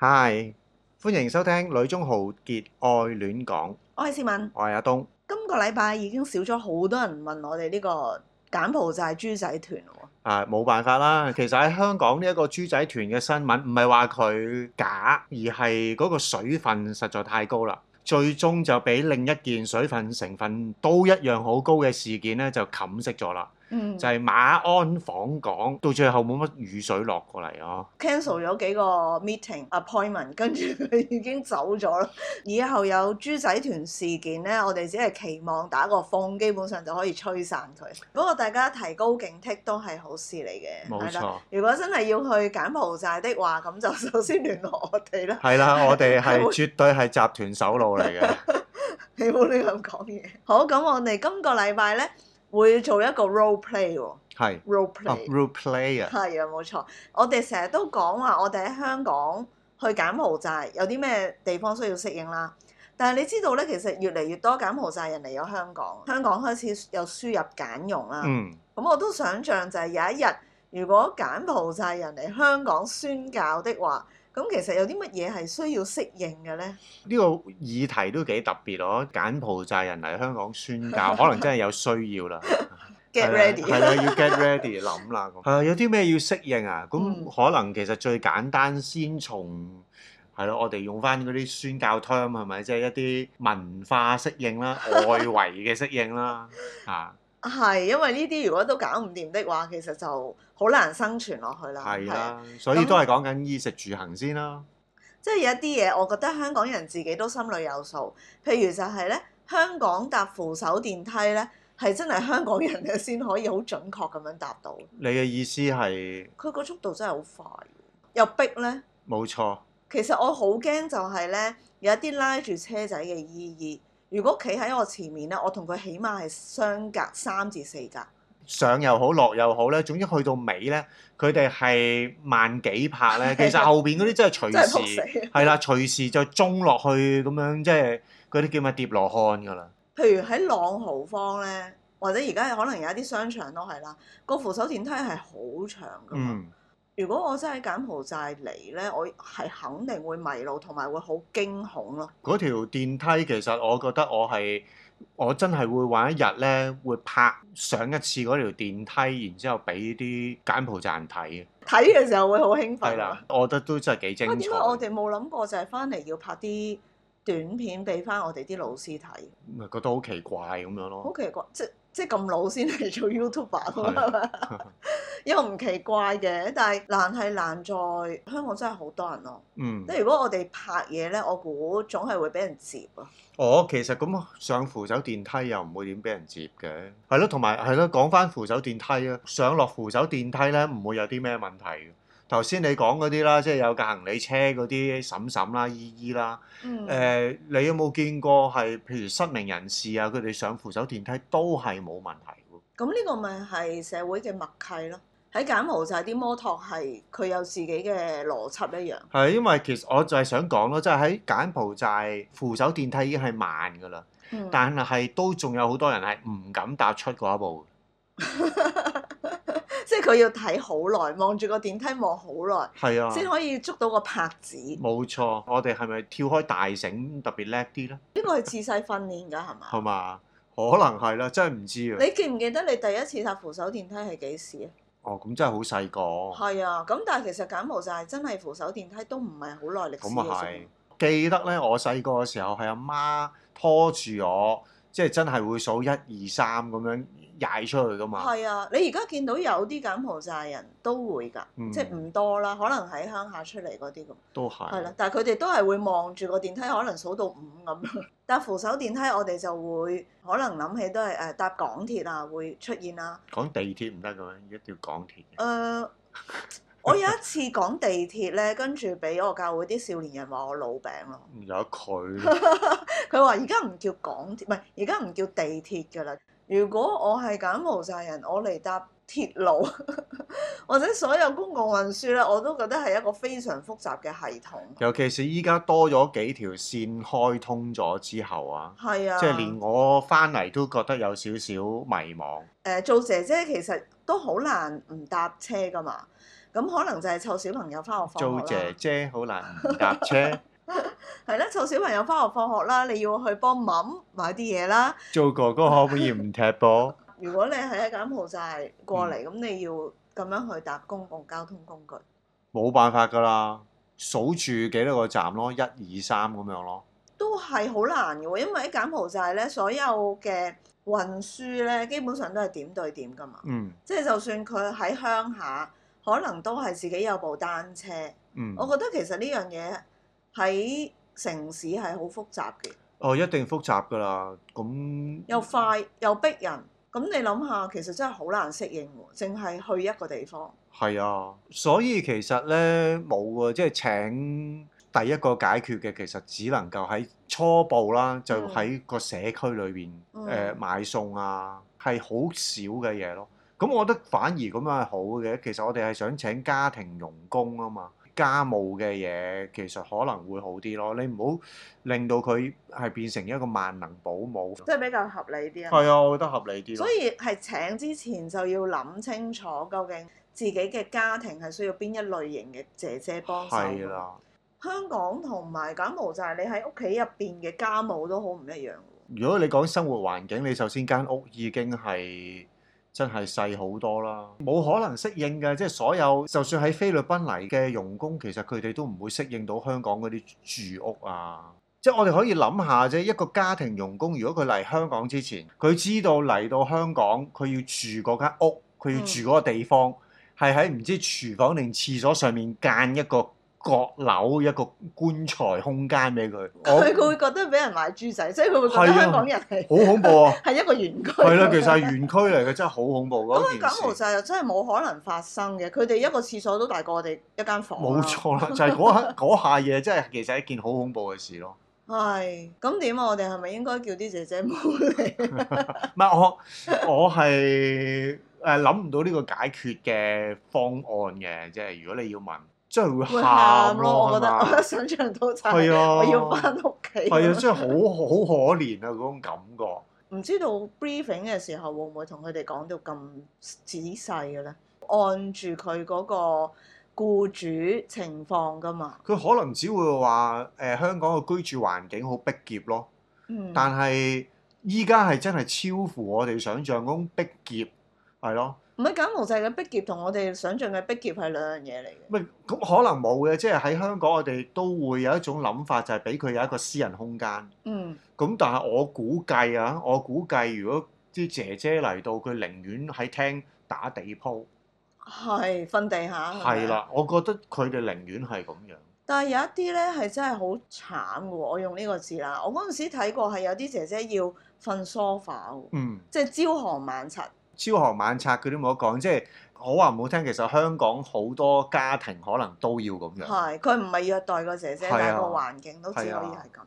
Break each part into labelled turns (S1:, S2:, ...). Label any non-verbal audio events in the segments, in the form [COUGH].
S1: Hi，歡迎收聽《女中豪傑愛戀講》，
S2: 我係市民，
S1: 我係阿東。
S2: 今個禮拜已經少咗好多人問我哋呢個柬埔寨豬仔團咯
S1: 啊，冇辦法啦，其實喺香港呢一個豬仔團嘅新聞，唔係話佢假，而係嗰個水分實在太高啦。最終就俾另一件水分成分都一樣好高嘅事件咧，就冚熄咗啦。
S2: 喎，嗯
S1: 就係馬鞍訪港，到最後冇乜雨水落過嚟哦。
S2: cancel 咗幾個 meeting appointment，跟住佢已經走咗啦。以後有豬仔團事件呢，我哋只係期望打個風，基本上就可以吹散佢。不過大家提高警惕都係好事嚟嘅，
S1: 冇
S2: 係啦。
S1: 錯，
S2: 如果真係要去柬埔寨的話，咁就 [LAUGHS] 首先聯絡我哋
S1: [LAUGHS]
S2: 啦。
S1: 係
S2: [LAUGHS]
S1: 啦，我哋係
S2: 係會
S1: 絕對係集團首腦嚟嘅。
S2: 你冇亂咁講嘢。好，咁我哋今個禮拜呢，會做一個 role play 喎 [LAUGHS]
S1: 係
S2: ，role
S1: 啊
S2: play。
S1: ，role play
S2: [LAUGHS]
S1: 啊，
S2: 係啊，冇錯。我哋成日都講話，我哋喺香港去柬埔寨有啲咩地方需要適應啦。但係你知道咧，其實越嚟越多柬埔寨人嚟咗香港，香港開始有輸入柬用啦。咁、
S1: 嗯。
S2: 我都想像就係有一日，如果柬埔寨人嚟香港宣教的話，咁其實有啲乜嘢係需要適應嘅咧？
S1: 呢個議題都幾特別咯，柬埔寨人嚟香港宣
S2: [LAUGHS]
S1: 教，可能真係有需要啦。
S2: Get
S1: 係啊
S2: ready，
S1: 啦，係啦要 get ready 諗啦。
S2: [LAUGHS]
S1: 咁係啊有啲咩要適應啊？
S2: 嗯
S1: 咁可能其實最簡單，先從係咯，我哋用翻嗰啲宣教 term 係咪？即係一啲文化適應
S2: [LAUGHS]
S1: 啦、外圍嘅適應啦，啊
S2: 係因為呢啲如果都搞唔掂的話，其實就好難生存落去啦。
S1: 係
S2: 係啊
S1: 啦，所以都係講緊衣食住行先啦。
S2: 即係有一啲嘢，我覺得香港人自己都心裏有數。譬如就係咧，香港搭扶手電梯咧，係真係香港人嘅先可以好準確咁樣搭到。
S1: 你嘅意思係
S2: 佢個速度真係好快，又逼咧。
S1: 冇錯，
S2: 其實我好驚就係咧，有一啲拉住車仔嘅姨姨，如果企喺我前面咧，我同佢起碼係相隔三至四格。
S1: 上又好，落又好咧，總之去到尾咧，佢哋係慢幾拍
S2: [LAUGHS]
S1: 咧。其實後邊嗰啲真係
S2: 真
S1: 隨
S2: 係仆
S1: 時
S2: 死。
S1: 係啦，隨時就中落去咁樣，即係嗰啲叫咩疊羅漢㗎啦。
S2: 譬如喺朗豪坊咧，或者而家可能有一啲商場都係啦，個扶手電梯係好長㗎嘛。
S1: 嗯，
S2: 如果我真係柬埔寨嚟呢，我係肯定會迷路，同埋會好驚恐咯。
S1: 嗰條電梯其實我覺得我係我真係會玩一日咧，會拍上一次嗰條電梯，然之後俾啲柬埔寨人睇嘅。
S2: 睇嘅時候會好興
S1: 係
S2: 奮啊。
S1: 啦，我覺得都真係幾
S2: 啊，點
S1: 精
S2: 解
S1: 彩。
S2: 我哋冇諗過就係翻嚟要拍啲短片俾翻我哋啲老師睇？
S1: 咪覺得好奇怪咁樣
S2: 好
S1: 咯。
S2: 奇怪，即即咁老先嚟做 YouTuber 咁
S1: 哦係
S2: 係咪？啊
S1: [LAUGHS]
S2: [LAUGHS] 又唔奇怪嘅，但係難係難在香港真係好多人咯。
S1: 嗯
S2: 即，係如果我哋拍嘢呢，我估總係會俾人接啊。
S1: 我哦其實咁啊上扶手電梯又唔會點俾人接嘅，係咯，同埋係咯，講翻扶手電梯啊，上落扶手電梯咧唔會有啲咩問題嘅。頭先你講嗰啲啦，即係有架行李車嗰啲嬸嬸啦、姨姨啦，誒、
S2: 嗯，
S1: 你有冇見過係譬如失明人士啊，佢哋上扶手電梯都係冇問題嘅。
S2: 咁呢個咪係社會嘅默契咯。喺柬埔寨啲摩托係佢有自己嘅邏輯一樣，
S1: 係因為其實我就係想講咯，即係喺柬埔寨扶手電梯已經係慢㗎啦，
S2: 嗯、
S1: 但係都仲有好多人係唔敢踏出嗰一步嘅。
S2: [LAUGHS] 即係佢要睇好耐，望住個電梯望好
S1: 係啊
S2: 耐，。先可以捉到個拍子。呢
S1: 冇錯，我哋係咪跳開大繩特別叻啲呢？
S2: 個係自細訓練㗎，係嘛？
S1: 係嘛？可能係啦，真係唔知啊。
S2: 你記唔記得你第一次搭扶手電梯係幾時啊？
S1: 哦，咁真係好細個，
S2: 係啊，咁但係其實柬埔寨真係扶手電梯都唔係好耐歷史
S1: 咁啊係
S2: 嘅啫。。
S1: 記得呢，我細個嘅時候係阿媽拖住我，即係真係會數一二三咁樣踩出去噶嘛。
S2: 係啊，你而家見到有啲柬埔寨人都會㗎，
S1: 嗯
S2: 即係唔多啦，可能喺鄉下出嚟嗰啲咁。
S1: 都
S2: 係啦
S1: 係，。
S2: 但係佢哋都係會望住個電梯，可能數到五咁樣。 [LAUGHS] 但係扶手電梯，我哋就會可能諗起都係誒、呃搭港鐵啊，會出現啦、
S1: 講地鐵唔得嘅咩？一定要港鐵嘅。
S2: 誒、我有一次講地鐵咧，跟住俾我教會啲少年人話我老餅咯。 [LAUGHS]
S1: 有得佢咯
S2: 佢話而家唔叫港鐵，唔係而家唔叫地鐵㗎啦。如果我係柬埔寨人，我嚟搭鐵路 [LAUGHS] 或者所有公共運輸咧，我都覺得係一個非常複雜嘅系統。
S1: 尤其是依家多咗幾條線開通咗之後啊，
S2: 係啊，
S1: 即係連我翻嚟都覺得有少少迷茫。
S2: 呃誒、做姐姐其實都好難唔搭車㗎嘛。咁可能就係湊小朋友翻學放
S1: 做
S2: 學
S1: 姐。
S2: 啦
S1: 姐好難唔搭車，
S2: 係啦，湊小朋友翻學放學啦，你要去幫諗買啲嘢啦。
S1: 做哥哥可唔可以唔踢波？
S2: 如果你喺柬埔寨過嚟，咁、你要咁樣去搭公共交通工具。
S1: 冇辦法㗎啦，數住幾多個站咯，一二三咁樣咯。
S2: 都係好難嘅喎，因為喺柬埔寨咧，所有嘅運輸咧，基本上都係點對點噶嘛。
S1: 嗯
S2: 即係就算佢喺鄉下，可能都係自己有部單車。
S1: 嗯，
S2: 我覺得其實呢樣嘢喺城市係好複雜嘅，
S1: 哦一定複雜㗎啦。咁
S2: 又快又逼人。咁你諗下，其實真係好難適應喎，淨係去一個地方。
S1: 係啊，所以其實咧冇啊，即係請第一個解決嘅其實只能夠喺初步啦，就喺個社區裏邊
S2: 嗯
S1: 誒買餸啊，係好少嘅嘢咯。咁我覺得反而咁樣係好嘅。其實我哋係想請家庭傭工啊嘛，家務嘅嘢其實可能會好啲咯。你唔好令到佢係變成一個萬能保姆。
S2: 即係比較合理啲啊。
S1: 係啊，我覺得合理啲嗯咯
S2: 所。以係請之前就要諗清楚，究竟自己嘅家庭係需要邊一類型嘅姐姐幫手。
S1: 係啦。
S2: 香港同埋柬埔寨，你喺屋企入邊嘅家務都好唔一樣喎。
S1: 如果你講生活環境，你首先間屋已經係真係細好多啦，冇可能適應嘅。即係所有，就算喺菲律賓嚟嘅傭工，其實佢哋都唔會適應到香港嗰啲住屋啊。即係我哋可以諗下啫，一個家庭傭工，如果佢嚟香港之前，佢知道嚟到香港，佢要住嗰間屋，佢要住嗰個地方，係喺唔知廚房定廁所上面間一個閣樓、一個棺材空間俾佢。我
S2: [LAUGHS] 佢佢會覺得俾人買豬仔，所以佢會覺
S1: 係
S2: 得
S1: 啊
S2: 香港人係
S1: 好恐怖啊！
S2: 係一個園區。
S1: 係啦，其實係園區嚟嘅，真係好恐怖
S2: 咁
S1: 嗰
S2: 喺
S1: 件
S2: 柬埔
S1: 事。
S2: 寨又真係冇可能發生嘅，佢哋一個廁所都大過我哋一間房。啊
S1: 冇。錯啦，就係嗰下嗰下嘢，真係其實係一件好恐怖嘅事咯。
S2: 係，咁點啊？我哋係咪應該叫啲姐姐冇嚟？
S1: 唔係我我係誒諗唔到呢個解決嘅方案嘅，即係如果你要問，真係
S2: 會
S1: 會
S2: 喊
S1: [LAUGHS] 喊
S2: 咯，我
S1: 咯，
S2: 覺得
S1: 係
S2: 我
S1: 嘛
S2: 覺得想像到就係
S1: 係啊，
S2: [LAUGHS] 我要翻屋企。
S1: 係啊，真係好好可憐啊嗰種感覺。
S2: 唔知道 briefing 嘅時候會唔會同佢哋講到咁仔細嘅咧？按住佢嗰個僱主情況噶嘛。
S1: 佢可能只會話誒、香港嘅居住環境好逼仄咯。
S2: 嗯，
S1: 但係依家係真係超乎我哋想象嗰種逼仄，係咯。
S2: 唔係柬埔寨嘅逼劫同我哋想象嘅逼劫係兩樣嘢嚟嘅。
S1: 喂，咁可能冇嘅，即係喺香港我哋都會有一種諗法，就係俾佢有一個私人空間。
S2: 嗯，
S1: 咁但係我估計啊，我估計如果啲姐姐嚟到，佢寧願喺廳打地鋪，
S2: 係瞓地下。啊係咪
S1: 係。啦，我覺得佢哋寧願係咁樣。
S2: 但係有一啲咧係真係好慘嘅喎，我用呢個字啦。我嗰陣時睇過係有啲姐姐要瞓 sofa 喎，
S1: 嗯，
S2: 即係朝寒晚柒。
S1: 朝寒晚拆佢都冇得講，即係好話唔好聽，其實香港好多家庭可能都要咁樣。
S2: 係，佢唔係虐待個姐姐，
S1: 係啊
S2: 但係個環境都只可以
S1: 係
S2: 係
S1: 啊
S2: 咁。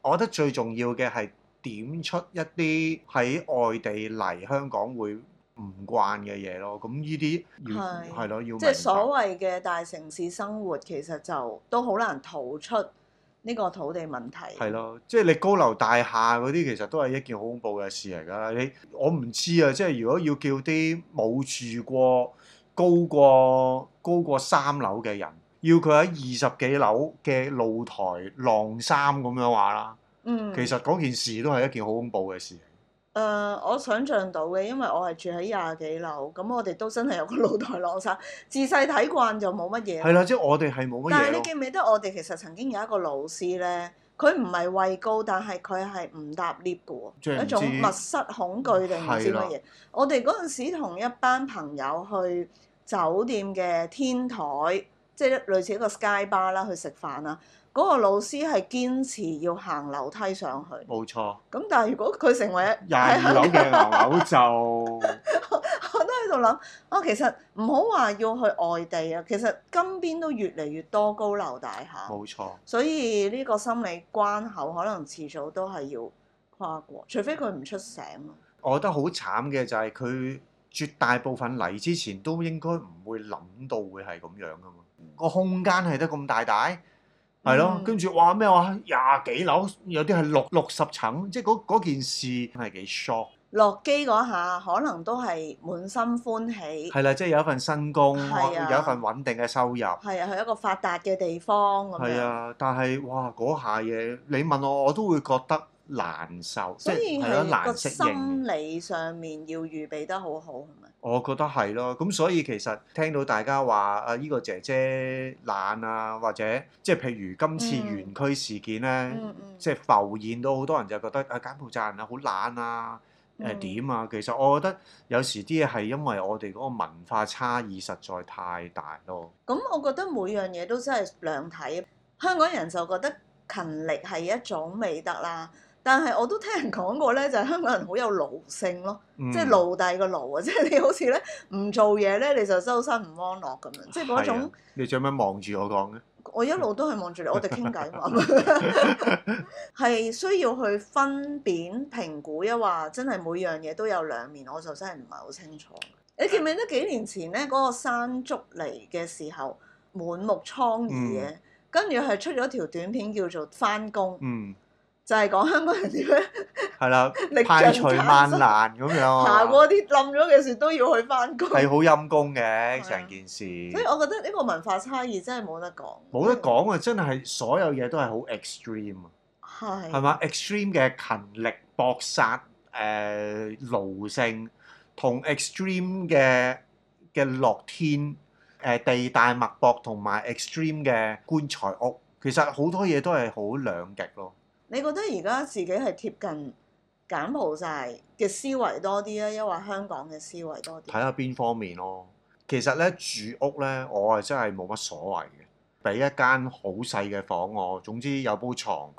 S1: 我覺得最重要嘅係點出一啲喺外地嚟香港會唔慣嘅嘢咯。咁呢啲要
S2: 係
S1: 係咯，要
S2: 即係
S1: 明白
S2: 所謂嘅大城市生活，其實就都好難逃出呢個土地問題。
S1: 係咯，即係你高樓大廈嗰啲其實都係一件好恐怖嘅事嚟㗎啦。你我唔知啊，即係如果要叫啲冇住過高過高過三樓嘅人，要佢喺二十幾樓嘅露台晾衫咁樣話啦，
S2: 嗯，
S1: 其實嗰件事都係一件好恐怖嘅事。
S2: 誒、呃我想像到嘅，因為我係住喺廿幾樓，咁我哋都真係有個露台晾衫，自細睇慣就冇乜嘢。
S1: 係啦，即係我哋係冇乜
S2: 但
S1: 嘢
S2: 係
S1: 咯
S2: 你。記唔記得我哋其實曾經有一個老師咧，佢唔係畏高，但係佢係唔搭 lift 嘅
S1: 即係唔
S2: 喎，
S1: 知
S2: 一種密室恐懼定唔知
S1: 係啦
S2: 乜嘢。我哋嗰陣時同一班朋友去酒店嘅天台，即係類似一個 sky bar 啦，去食飯啦。嗰、個老師係堅持要行樓梯上去，
S1: 冇錯。
S2: 咁但係如果佢成為一 [LAUGHS]
S1: 廿二樓嘅牛牛就
S2: 啊我都喺度諗，啊其實唔好話要去外地啊，其實金邊都越嚟越多高樓大廈。
S1: [LAUGHS] 冇錯，
S2: 所以呢個心理關口可能遲早都係要跨過，除非佢唔出醒咯。
S1: 我覺得好慘嘅就係佢絕大部分嚟之前都應該唔會諗到會係咁樣噶嘛，個空間係得咁大大，係咯
S2: 嗯，
S1: 跟住話咩話廿幾樓，有啲係六六十層，即係嗰嗰件事係幾 shock。
S2: 落機嗰下可能都係滿心歡喜，
S1: 係啦，即係有一份新工，
S2: 係啊
S1: 有一份穩定嘅收入。
S2: 係啊，去一個發達嘅地方咁
S1: 係
S2: 樣。
S1: 啊，但係哇，嗰下嘢你問我，我都會覺得難受，即
S2: 所以
S1: 係係咯
S2: 係個
S1: 難適應
S2: 心。理上面要預備得好好，係咪？
S1: 我覺得係咯，咁所以其實聽到大家話啊，呢個姐姐懶啊，或者即係譬如今次
S2: 嗯
S1: 園區事件咧，
S2: 嗯嗯，
S1: 即係浮現到好多人就覺得啊柬埔寨人啊好懶啊，誒
S2: 嗯
S1: 點啊，其實我覺得有時啲嘢係因為我哋嗰個文化差異實在太大咯。
S2: 咁我覺得每樣嘢都真係兩睇。香港人就覺得勤力係一種美德啦，但係我都聽人講過咧，就係、香港人好有奴性咯，
S1: 嗯
S2: 即係奴隸個奴啊，即 [LAUGHS] 係你好似咧唔做嘢咧，你就周身唔安樂咁樣，即係嗰
S1: 係
S2: 種
S1: 啊。你做咩望住我講嘅？
S2: 我一路都係望住你，我哋傾偈
S1: [LAUGHS]
S2: 嘛，係需要去分辨評估，一話真係每樣嘢都有兩面，我就真係唔係好清楚。你記唔記得幾年前咧嗰、個山竹嚟嘅時候，滿目瘡痍嘅，跟住係出咗條短片叫做《翻工》，
S1: 嗯，
S2: 就係講香港人點樣
S1: 係啦，
S2: [LAUGHS] 力
S1: 排
S2: 盡
S1: 除萬
S2: 艱辛，
S1: 難咁樣啊，
S2: 爬過啲冧咗嘅事都要去翻工。
S1: 係好陰公嘅
S2: 啊
S1: 成件事。
S2: 所以我覺得呢個文化差異真係冇得講，
S1: 冇得，講啊！真係所有嘢都係好 extreme 啊，
S2: 係
S1: 係嘛？extreme 嘅勤力搏殺、誒、奴性，同 extreme 嘅嘅樂天、誒、地大物博，同埋 extreme 嘅棺材屋，其實好多嘢都係好兩極咯。
S2: 你覺得而家自己係貼近柬埔寨嘅思維多啲啊，抑或香港嘅思維多
S1: 睇
S2: 啲？
S1: 下邊方面咯。其實咧住屋咧，我啊真係冇乜所謂嘅，俾一間好細嘅房我，總之有鋪床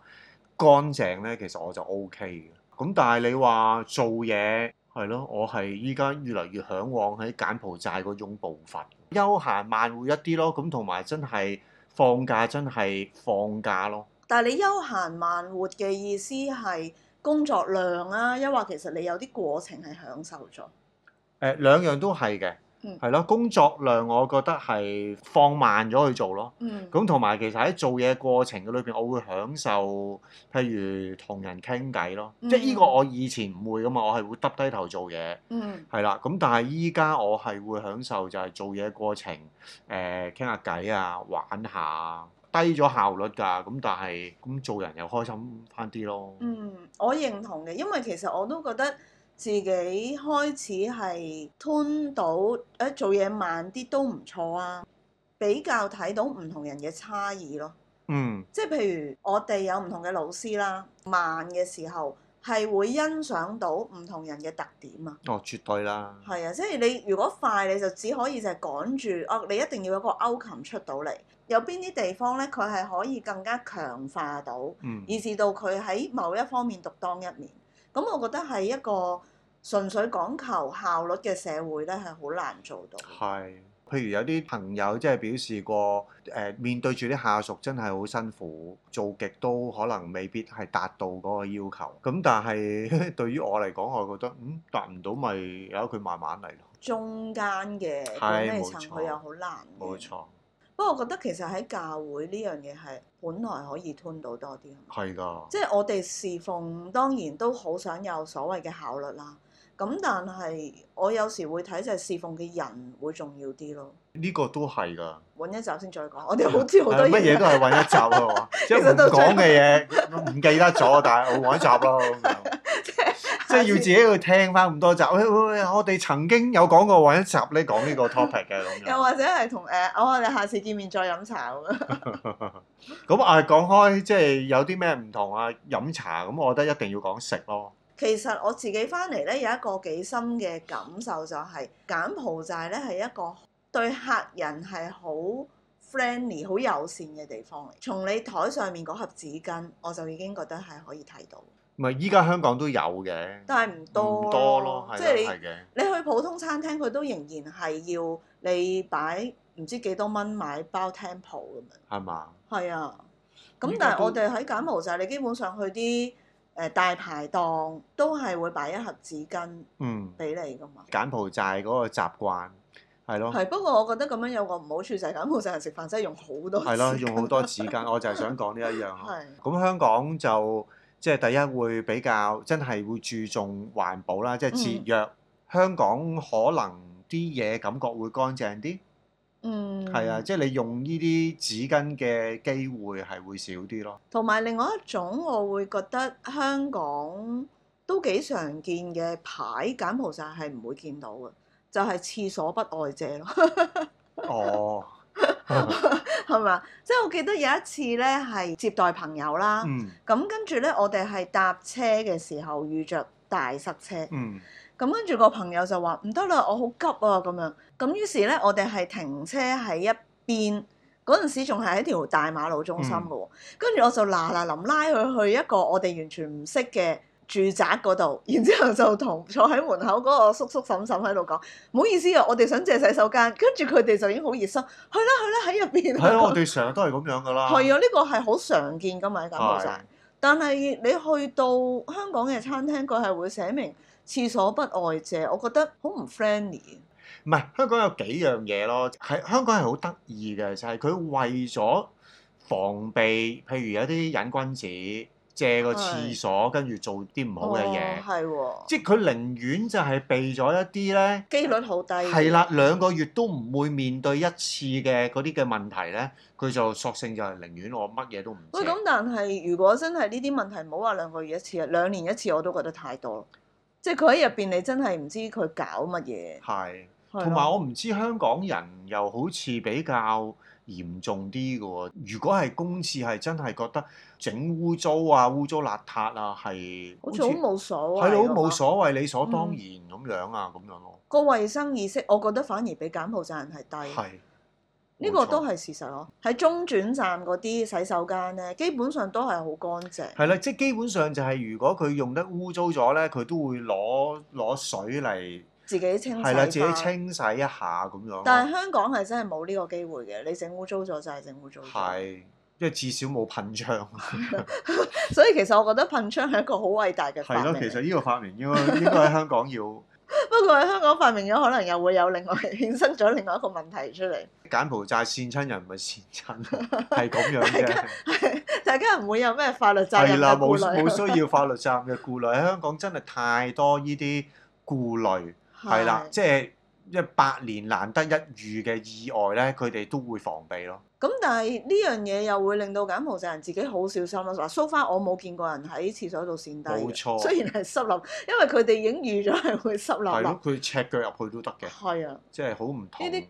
S1: 乾淨咧，其實我就 O K 嘅。咁但係你話做嘢係咯，我係依家越嚟越向往喺柬埔寨嗰種步伐，休閒慢活一啲咯。咁同埋真係放假真係放假咯。
S2: 但係你休閒慢活嘅意思係工作量啊，抑或其實你有啲過程係享受咗。
S1: 誒、兩樣都係嘅
S2: 嗯，
S1: 係咯、工作量我覺得係放慢咗去做咯。
S2: 嗯，
S1: 咁同埋其實喺做嘢過程嘅裏邊，我會享受，譬如同人傾偈咯，
S2: 嗯
S1: 即係呢個我以前唔會噶嘛，我係會耷低頭做嘢，
S2: 嗯
S1: 係啦。咁但係依家我係會享受就係做嘢過程，誒傾下偈啊，玩下，低咗效率㗎。咁但係咁做人又開心翻啲咯。
S2: 嗯，我認同嘅，因為其實我都覺得自己開始係吞到誒、呃做嘢慢啲都唔錯啊，比較睇到唔同人嘅差異咯。
S1: 嗯，
S2: 即係譬如我哋有唔同嘅老師啦，慢嘅時候係會欣賞到唔同人嘅特點啊。
S1: 哦，絕對啦。
S2: 係啊，即係你如果快你就只可以就係趕住哦，你一定要有一個 outcome 出到嚟。有邊啲地方咧，佢係可以更加強化到，
S1: 嗯，
S2: 以至到佢喺某一方面獨當一面。咁我覺得係一個純粹講求效率嘅社會咧，係好難做到。
S1: 係。譬如有啲朋友即係表示過，誒、面對住啲下屬真係好辛苦，做極都可能未必係達到嗰個要求。咁但係 [LAUGHS] 對於我嚟講，我覺得嗯達唔到咪由佢慢慢嚟咯。
S2: 中間嘅
S1: 係
S2: 管理
S1: 冇
S2: 層
S1: 錯
S2: 佢又好難嘅。
S1: 冇錯，
S2: 不過我覺得其實喺教會呢樣嘢係本來可以吞到多啲，
S1: 係㗎。
S2: 即係我哋侍奉當然都好想有所謂嘅效率啦。咁但係我有時會睇就係侍奉嘅人會重要啲咯。
S1: 呢個都係㗎。
S2: 揾一集先再講，我哋好似好多
S1: 係啊乜嘢
S2: [LAUGHS]
S1: 都
S2: 係
S1: 係揾一集咯， [LAUGHS] 即係
S2: 其實
S1: 唔
S2: 到最後
S1: 講嘅嘢唔記得咗，但係我揾一集咯咁樣。 [LAUGHS] 即係要自己去聽翻咁多集。喂喂喂，我哋曾經有講過揾一集咧講呢個 topic 嘅咁樣
S2: 又。或者係同誒，哦我哋下次見面再飲茶咁樣。
S1: [LAUGHS] 咁啊，講開即係有啲咩唔同啊？飲茶咁，我覺得一定要講食咯。
S2: 其實我自己翻嚟咧有一個幾深嘅感受就係、柬埔寨咧係一個對客人係好 friendly、好友善嘅地方嚟。從你台上面嗰盒紙巾，我就已經覺得係可以睇到，
S1: 咪依家香港都有嘅，
S2: 但係唔多
S1: 唔多咯，係
S2: 即
S1: 啦
S2: 係你
S1: 係嘅。
S2: 你去普通餐廳，佢都仍然係要你擺唔知幾多蚊買包 temple 咁樣。
S1: 係嘛？
S2: 係啊，咁
S1: 呢個
S2: 但係
S1: 都
S2: 我哋喺柬埔寨，你基本上去啲誒、呃大排檔都係會擺一盒紙巾
S1: 嗯，
S2: 俾你噶嘛。
S1: 柬埔寨嗰個習慣係咯，
S2: 係，不過我覺得咁樣有個唔好處就係柬埔寨人食飯真係用好多
S1: 係咯，[LAUGHS] 啊
S2: 紙巾 [LAUGHS]
S1: 用好多紙巾，我就係想講呢一樣咯。
S2: 係
S1: 咁香港就即係第一會比較真係會注重環保啦，即係
S2: 嗯
S1: 節約。香港可能啲嘢感覺會乾淨啲，
S2: 嗯，
S1: 係啊，即係你用呢啲紙巾嘅機會係會少啲
S2: [LAUGHS]
S1: 咯。
S2: 同埋另外一種，我會覺得香港都幾常見嘅牌，柬埔寨係唔會見到嘅，就係、廁所不外借咯， [LAUGHS]
S1: 哦，
S2: 嗯係嘛？即係我記得有一次咧，係接待朋友啦，
S1: 嗯
S2: 咁、跟住咧，我哋係搭車嘅時候遇着大塞車，咁、
S1: 嗯
S2: 跟住個朋友就話唔得啦，我好急啊咁樣，咁於是咧，我哋係停車喺一邊。嗰陣時仲係喺條大馬路中心嗯嘅喎，跟住、我就嗱嗱臨拉佢去一個我哋完全唔識嘅住宅嗰度，然之後就同坐喺門口嗰個叔叔嬸嬸喺度講，唔好意思啊，我哋想借洗手間，跟住佢哋就已經好熱心，去啦去啦喺入邊
S1: 係啊，我
S2: 啊，
S1: 哋成日都係咁樣噶啦。
S2: 係啊，呢個係好常見㗎嘛喺柬埔
S1: 係
S2: 寨，但係你去到香港嘅餐廳，佢係會寫明廁所不外借，我覺得好唔 friendly。
S1: 唔係香港有幾樣嘢咯，係香港係好得意嘅，就係、佢為咗防備，譬如有啲隱君子借個廁所，跟住做啲唔好嘅嘢，
S2: 哦係喎，
S1: 即係佢寧願就係避咗一啲咧，
S2: 機率好低。
S1: 係啦，兩個月都唔會面對一次嘅嗰啲嘅問題咧，佢就索性就係寧願我乜嘢都唔
S2: 喂，
S1: 借。
S2: 咁但係如果真係呢啲問題，唔好話兩個月一次啊，兩年一次我都覺得太多。即係佢喺入邊，你真係唔知佢搞乜嘢。
S1: 係。
S2: 係
S1: 同埋我
S2: 咯
S1: 唔知香港人又好似比較嚴重啲嘅喎。如果係公廁係真係覺得整污糟啊、污糟邋遢啊，係
S2: 好似好冇所謂，啊
S1: 係好冇。所謂理所當然咁樣啊，咁樣咯。
S2: 個衞生意識，我覺得反而比柬埔寨人係低。
S1: 係
S2: 呢個
S1: 冇錯
S2: 都係事實咯。喺中轉站嗰啲洗手間咧，基本上都係好乾淨。
S1: 係啦，即係基本上就係如果佢用得污糟咗咧，佢都會攞攞水嚟
S2: 自己清洗
S1: 係啦，自己
S2: 返。
S1: 清洗一下咁樣
S2: 但係
S1: 咯。
S2: 香港係真係冇呢個機會嘅，你整污糟咗就係整污糟咗。
S1: 係，因為至少冇噴槍。
S2: 所以其實我覺得噴槍係一個好偉大嘅
S1: 係
S2: 發
S1: 咯，
S2: 明
S1: 其
S2: 嚟。
S1: 實呢個發明應該應該喺香港要。
S2: 不過喺香港發明咗，可能又會有另外衍生咗另外一個問題出嚟。 [LAUGHS]
S1: 柬埔寨善親人唔係善親，係咁樣嘅，
S2: 大家唔會有咩法律責
S1: 係
S2: 任
S1: 啦，
S2: 嘅
S1: 冇
S2: 顧
S1: 冇
S2: 慮。
S1: 需要法律責任嘅顧慮。喺香港真係太多呢啲顧慮，係啦，即係一百年難得一遇嘅意外咧，佢哋都會防備咯。
S2: 咁但係呢樣嘢又會令到柬埔寨人自己好小心啦。嗱，so far 我冇見過人喺廁所度跣低嘅
S1: 冇錯
S2: [LAUGHS] 雖然係濕立，因為佢哋已經預咗係會濕
S1: 係
S2: 立
S1: 咯
S2: 立。，
S1: 佢赤腳入去都得嘅，
S2: 係啊，
S1: 即係好唔同。
S2: 呢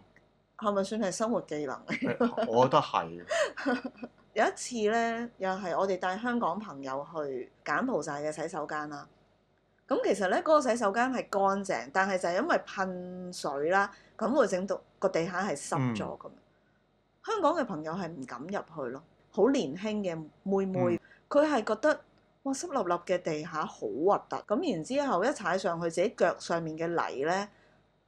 S2: 係咪算係生活技能嚟？
S1: 我覺得係，
S2: 有一次咧，又係我哋帶香港朋友去柬埔寨嘅洗手間啦。咁其實咧，嗰、個洗手間係乾淨，但係就係因為噴水啦，咁會整到個地下係濕咗咁。香港嘅朋友係唔敢入去咯，好年輕嘅妹妹，佢係、覺得哇濕立立嘅地下好核突，咁然之後一踩上去，自己腳上面嘅泥咧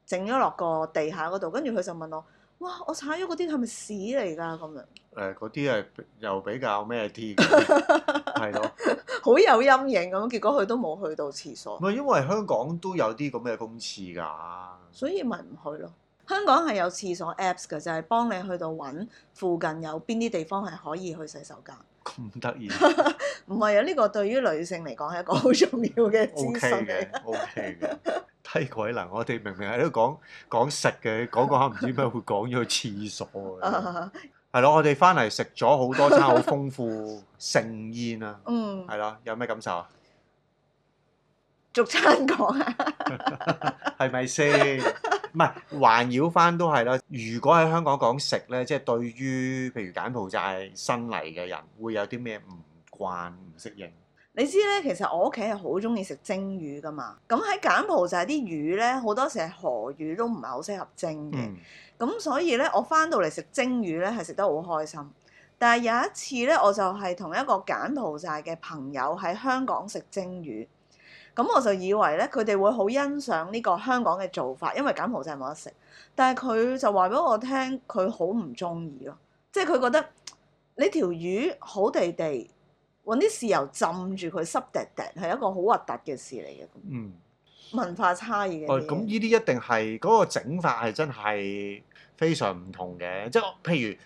S2: 整咗落個地下嗰度，跟住佢就問我：哇，我踩咗嗰啲係咪屎嚟㗎？咁樣。
S1: 誒嗰啲係又比較咩
S2: [LAUGHS]
S1: 啲嘅，係咯。
S2: 好有陰影咁，結果佢都冇去到廁所
S1: 唔，係因為香港都有啲咁嘅公廁㗎。
S2: 所以咪唔去咯。香港係有廁所 Apps 嘅，就係、幫你去到揾附近有邊啲地方係可以去洗手間。
S1: 咁得
S2: [LAUGHS]
S1: 意 [LAUGHS]
S2: 唔係啊，呢、個對於女性嚟講係一個好重要
S1: [LAUGHS]
S2: 嘅資
S1: O K
S2: 訊嚟。
S1: 嘅，O K 嘅。低鬼能，我哋明明喺度講講食嘅，講講下唔知點解會講咗去廁所嘅。
S2: 啊
S1: 係咯，我哋翻嚟食咗好多餐好豐富盛宴啊！
S2: [LAUGHS] 嗯，
S1: 係啦，有咩感受啊？
S2: 逐餐講啊，
S1: 係咪先？唔係環繞翻都係啦。如果喺香港講食咧，即係對於譬如柬埔寨新嚟嘅人，會有啲咩唔慣、唔適應？
S2: 你知咧，其實我屋企係好中意食蒸魚噶嘛。咁喺柬埔寨啲魚咧，好多時係河魚都唔係好適合蒸嘅。
S1: 嗯，
S2: 咁所以咧，我翻到嚟食蒸魚咧係食得好開心。但係有一次咧，我就係同一個柬埔寨嘅朋友喺香港食蒸魚，咁我就以為咧佢哋會好欣賞呢個香港嘅做法，因為柬埔寨冇得食。但係佢就話俾我聽，佢好唔中意咯，即係佢覺得你條魚好地地，揾啲豉油浸住佢濕滴滴，係一個好核突嘅事嚟嘅。
S1: 嗯。
S2: 文化差異嘅
S1: 哦，
S2: 嘢。
S1: 咁呢啲一定係嗰、個整法係真係非常唔同嘅，即係譬如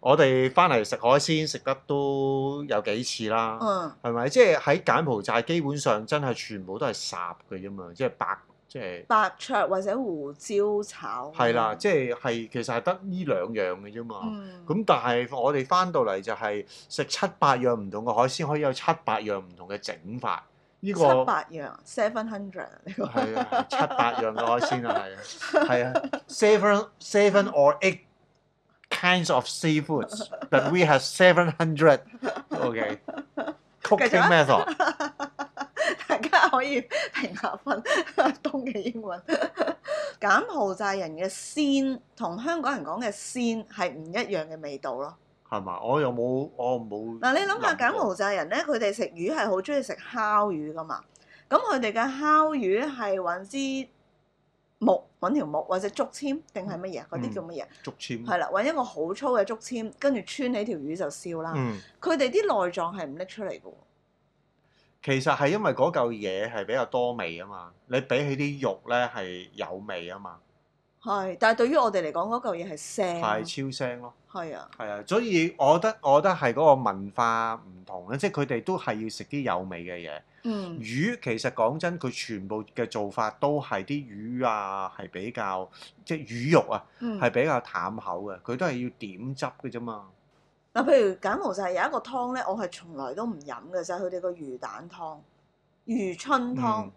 S1: 我哋翻嚟食海鮮食得都有幾次啦，
S2: 嗯
S1: 係咪？即係喺柬埔寨基本上真係全部都係霎嘅啫嘛，即係白即係
S2: 白灼或者胡椒炒。
S1: 係啦，即係係其實係得呢兩樣嘅啫嘛。
S2: 嗯
S1: 咁但係我哋翻到嚟就係食七八樣唔同嘅海鮮，可以有七八樣唔同嘅整法。呢、個
S2: 七百樣 seven hundred 呢個 [LAUGHS]
S1: 係啊，係七八樣嘅海鮮啊，係啊，係啊，seven seven or eight kinds of seafoods, but we have seven hundred. OK.
S2: 繼續
S1: Cooking
S2: 啊
S1: method，
S2: 大家可以評下分 [LAUGHS] 東嘅英文。柬埔寨人嘅鮮同香港人講嘅鮮係唔一樣嘅味道咯。
S1: 係嘛？我又冇，我冇。
S2: 嗱，你諗下柬埔寨人咧，佢哋食魚係好中意食烤魚噶嘛？咁佢哋嘅烤魚係揾支木，揾條木或者竹籤定係乜嘢？
S1: 嗯
S2: 嗰啲叫乜嘢？
S1: 竹籤，
S2: 係啦，揾一個好粗嘅竹籤，跟住穿起條魚就燒啦。
S1: 嗯，
S2: 佢哋啲內臟係唔拎出嚟嘅喎。
S1: 其實係因為嗰嚿嘢係比較多味啊嘛，你比起啲肉咧係有味啊嘛，
S2: 係，但係對於我哋嚟講，嗰嚿嘢係
S1: 係
S2: 腥咯，
S1: 超腥咯。
S2: 係啊，
S1: 係啊，所以我覺得我覺得係嗰個文化唔同咧，即係佢哋都係要食啲有味嘅嘢。
S2: 嗯，
S1: 魚其實講真，佢全部嘅做法都係啲魚啊，係比較即係魚肉啊，
S2: 嗯
S1: 係比較淡口嘅，佢都係要點汁嘅啫嘛。
S2: 嗱，譬如柬埔寨有一個湯咧，我係從來都唔飲嘅，就係佢哋個魚蛋湯、魚春湯，
S1: 嗯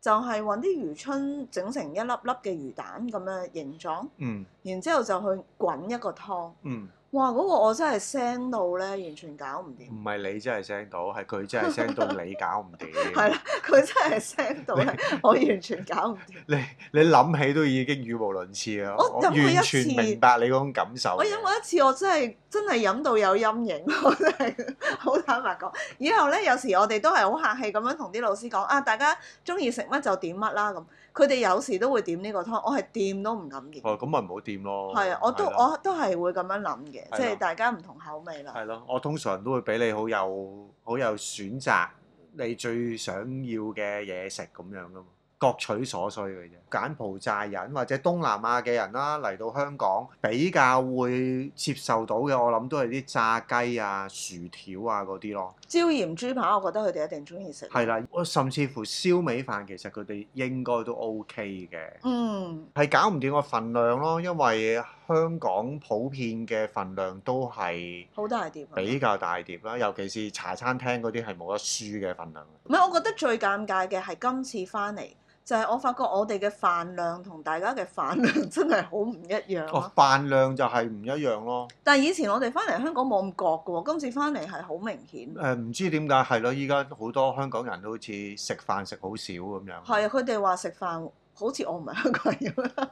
S2: 就係揾啲魚春整成一粒粒嘅魚蛋咁嘅形狀，
S1: 嗯
S2: 然之後就去滾一個湯。
S1: 嗯，
S2: 哇！嗰、個我真係腥到咧，完全搞唔掂。
S1: 唔係你真係聲到，係佢真係聲到你搞唔
S2: [LAUGHS] 係
S1: 掂。
S2: 啦，佢真係腥到
S1: [LAUGHS]
S2: 咧，我完全搞唔掂。
S1: 你你諗起都已經語無倫次啊！
S2: 我
S1: 我
S2: 飲過一
S1: 完全
S2: 次
S1: 明白你嗰種感受嘅。
S2: 我飲過一次，我真係真係飲到有陰影， [LAUGHS] 我真係好坦白講。以後咧，有時我哋都係好客氣咁樣同啲老師講啊，大家中意食乜就點乜啦咁。佢哋有時都會點呢個湯，我係掂都唔敢掂。
S1: 哦，咁咪唔好掂咯。
S2: 係啊，我都
S1: 係啦
S2: 我都係會咁樣諗嘅，即
S1: 係啦啊
S2: 係大家唔同口味啦。
S1: 係咯，我通常都會俾你好有好有選擇，你最想要嘅嘢食咁樣噶嘛，各取所需嘅啫。柬埔寨人或者東南亞嘅人啦，嚟到香港比較會接受到嘅，我諗都係啲炸雞啊、薯條啊嗰啲咯。
S2: 椒鹽豬扒，我覺得佢哋一定中意食。
S1: 係啦，我甚至乎燒味飯，其實佢哋應該都 OK 嘅。
S2: 嗯
S1: 係搞唔掂個份量咯，因為香港普遍嘅份量都係
S2: 好大碟啊。
S1: 比較大碟啦，尤其是茶餐廳嗰啲係冇得輸嘅份量。
S2: 唔係，我覺得最尷尬嘅係今次翻嚟，就係、我發覺我哋嘅飯量同大家嘅飯量真係好唔一樣啊咯。
S1: 哦，飯量就係唔一樣咯。
S2: 但係以前我哋翻嚟香港冇咁覺嘅喎，今次翻嚟係好明顯。
S1: 誒、唔知點解係咯？依家好多香港人都好似食飯食好少咁樣。
S2: 係啊，佢哋話食飯好似我唔係香港人咁樣，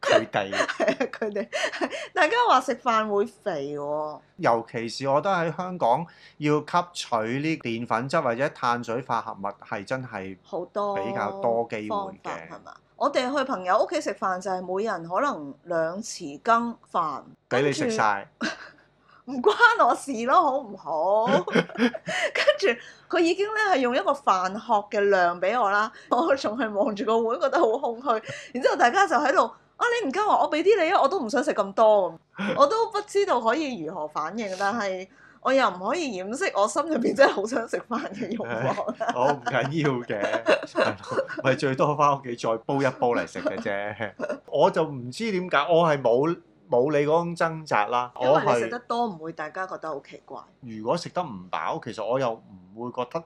S1: 佢哋，
S2: 係啊，佢哋大家話食飯會肥喎。
S1: 尤其是我覺得喺香港要吸取呢澱粉質或者碳水化合物係真係
S2: 好多
S1: 比較多機會嘅
S2: 方法係嘛？我哋去朋友屋企食飯就係每人可能兩匙羹飯，
S1: 俾你
S2: 跟
S1: 食
S2: 住
S1: 晒。
S2: 唔關我事咯，好唔
S1: [LAUGHS]
S2: 好？跟住佢已經咧係用一個飯殼嘅量俾我啦， [LAUGHS] 我仲係望住個碗覺得好空虛，然之後大家就喺度啊你唔夠啊，我俾啲你啊，我都唔想食咁多
S1: [LAUGHS]
S2: 咁，我都不知道可以如何反應，啊但係我又唔可以掩飾我心入邊真係好想食飯嘅欲
S1: [LAUGHS]
S2: 望。
S1: 我哦唔緊要嘅，係咯咪最多翻屋企再煲一煲嚟食嘅啫。我就唔知點解，我係冇冇你嗰種掙扎啦。
S2: [LAUGHS] 因
S1: 我
S2: 為你食
S1: 係
S2: 得多唔會大家覺得好奇怪，
S1: 如果食得唔飽，其實我又唔會覺得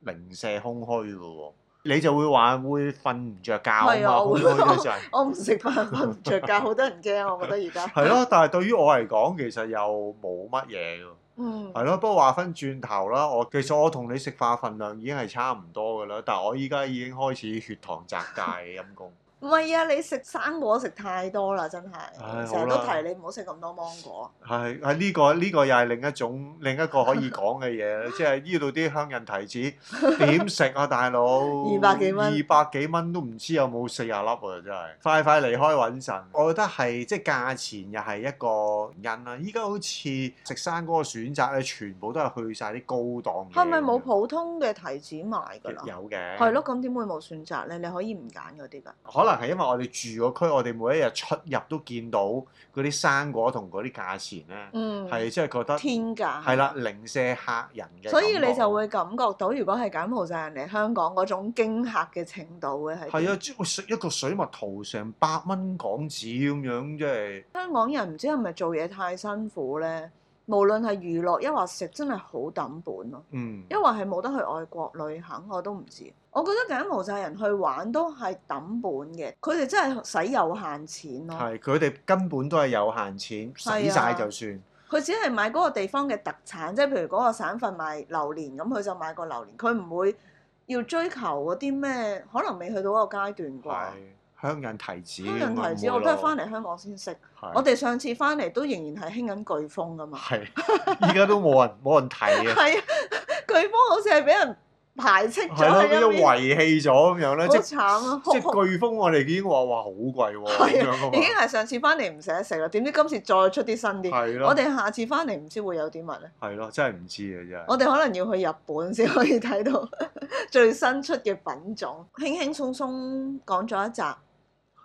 S1: 零舍空虛嘅喎。你就會話會瞓唔着覺啊
S2: 係
S1: 嘛，
S2: 啊
S1: 空
S2: 我會
S1: 虛嗰
S2: [LAUGHS]
S1: 陣。
S2: 我唔食飯瞓唔着覺，好多人驚，我覺得而家。
S1: 係咯，但係對於我嚟講，其實又冇乜嘢喎。
S2: 嗯，
S1: 係咯，不過話分轉頭啦，我其實我同你食飯份量已經係差唔多㗎啦，但係我依家已經開始血糖擲界，陰公。
S2: 唔係啊，你食生果食太多啦，真
S1: 唉
S2: 係，成日都
S1: 好啦
S2: 提你唔好食咁多芒果。
S1: 係係呢個呢、個又係另一種另一個可以講嘅嘢，即係呢度啲香人提子點食啊，大佬
S2: 二百幾蚊
S1: 二百幾蚊都唔知有冇四廿粒啊！真係快快離開穩陣。我覺得係即係價錢又係一個原因啦。依家好似食生果嘅選擇咧，全部都係去晒啲高檔嘢。
S2: 係咪冇普通嘅提子賣㗎啦？
S1: 有嘅？
S2: 係咯，咁點會冇選擇咧？你可以唔揀嗰啲㗎。
S1: 可能能係因為我哋住個區，我哋每一日出入都見到嗰啲生果同嗰啲價錢咧，
S2: 嗯，
S1: 係即係覺得
S2: 天價，
S1: 係啦，零舍嚇人嘅感覺。
S2: 啊所以你就會感覺到，如果係柬埔寨人嚟香港嗰種驚嚇嘅程度嘅係。
S1: 係啊，即係水一個水蜜桃成百蚊港紙咁樣，即係
S2: 香港人唔知係咪做嘢太辛苦咧？無論係娛樂抑或食，真係好抌本咯。
S1: 嗯，
S2: 因為係冇得去外國旅行，我都唔知。我覺得柬埔寨人去玩都係抌本嘅，佢哋真係使有限錢咯。
S1: 係佢哋根本都係有限錢，使
S2: 係啊
S1: 晒就算。
S2: 佢只係買嗰個地方嘅特產，即係譬如嗰個省份賣榴蓮，咁佢就買個榴蓮，佢唔會要追求嗰啲咩，可能未去到嗰個階段啩。
S1: 係香印提子，
S2: 香港提子我都係翻嚟香港先識，
S1: 係
S2: 我哋上次翻嚟都仍然係興緊颶風噶嘛。
S1: 係，依家都冇人冇人提嘅，
S2: 係啊， [LAUGHS] 颶風好似係俾人排斥咗
S1: 係咯，
S2: 喺
S1: 一
S2: 一邊，
S1: 遺棄咗咁樣咧，
S2: 好
S1: 即
S2: 慘啊！
S1: 即
S2: 哭哭
S1: 颶風，我哋已經話哇好貴喎咁
S2: 係啊
S1: 樣噶
S2: 已經
S1: 嘛，
S2: 係上次翻嚟唔捨得食啦，點知今次再出啲新啲。
S1: 係
S2: 我
S1: 咯，
S2: 哋下次翻嚟唔知會有啲乜咧？
S1: 係咯，真係唔知啊真係。
S2: 我哋可能要去日本先可以睇到 [LAUGHS] 最新出嘅品種。輕輕鬆鬆講咗一集，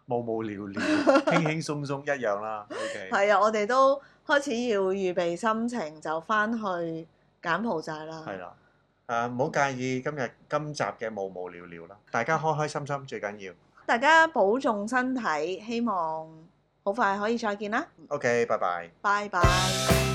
S1: 無無聊
S2: [LAUGHS]
S1: 聊，輕輕鬆鬆一樣啦。OK，
S2: 係啊，我哋都開始要預備心情，就翻去柬埔寨啦。
S1: 係啦。誒啊唔好介意今日今集嘅無無聊聊啦，大家開開心心最緊要。
S2: 大家保重身體，希望好快可以再見啦，
S1: OK，拜拜。
S2: 拜拜。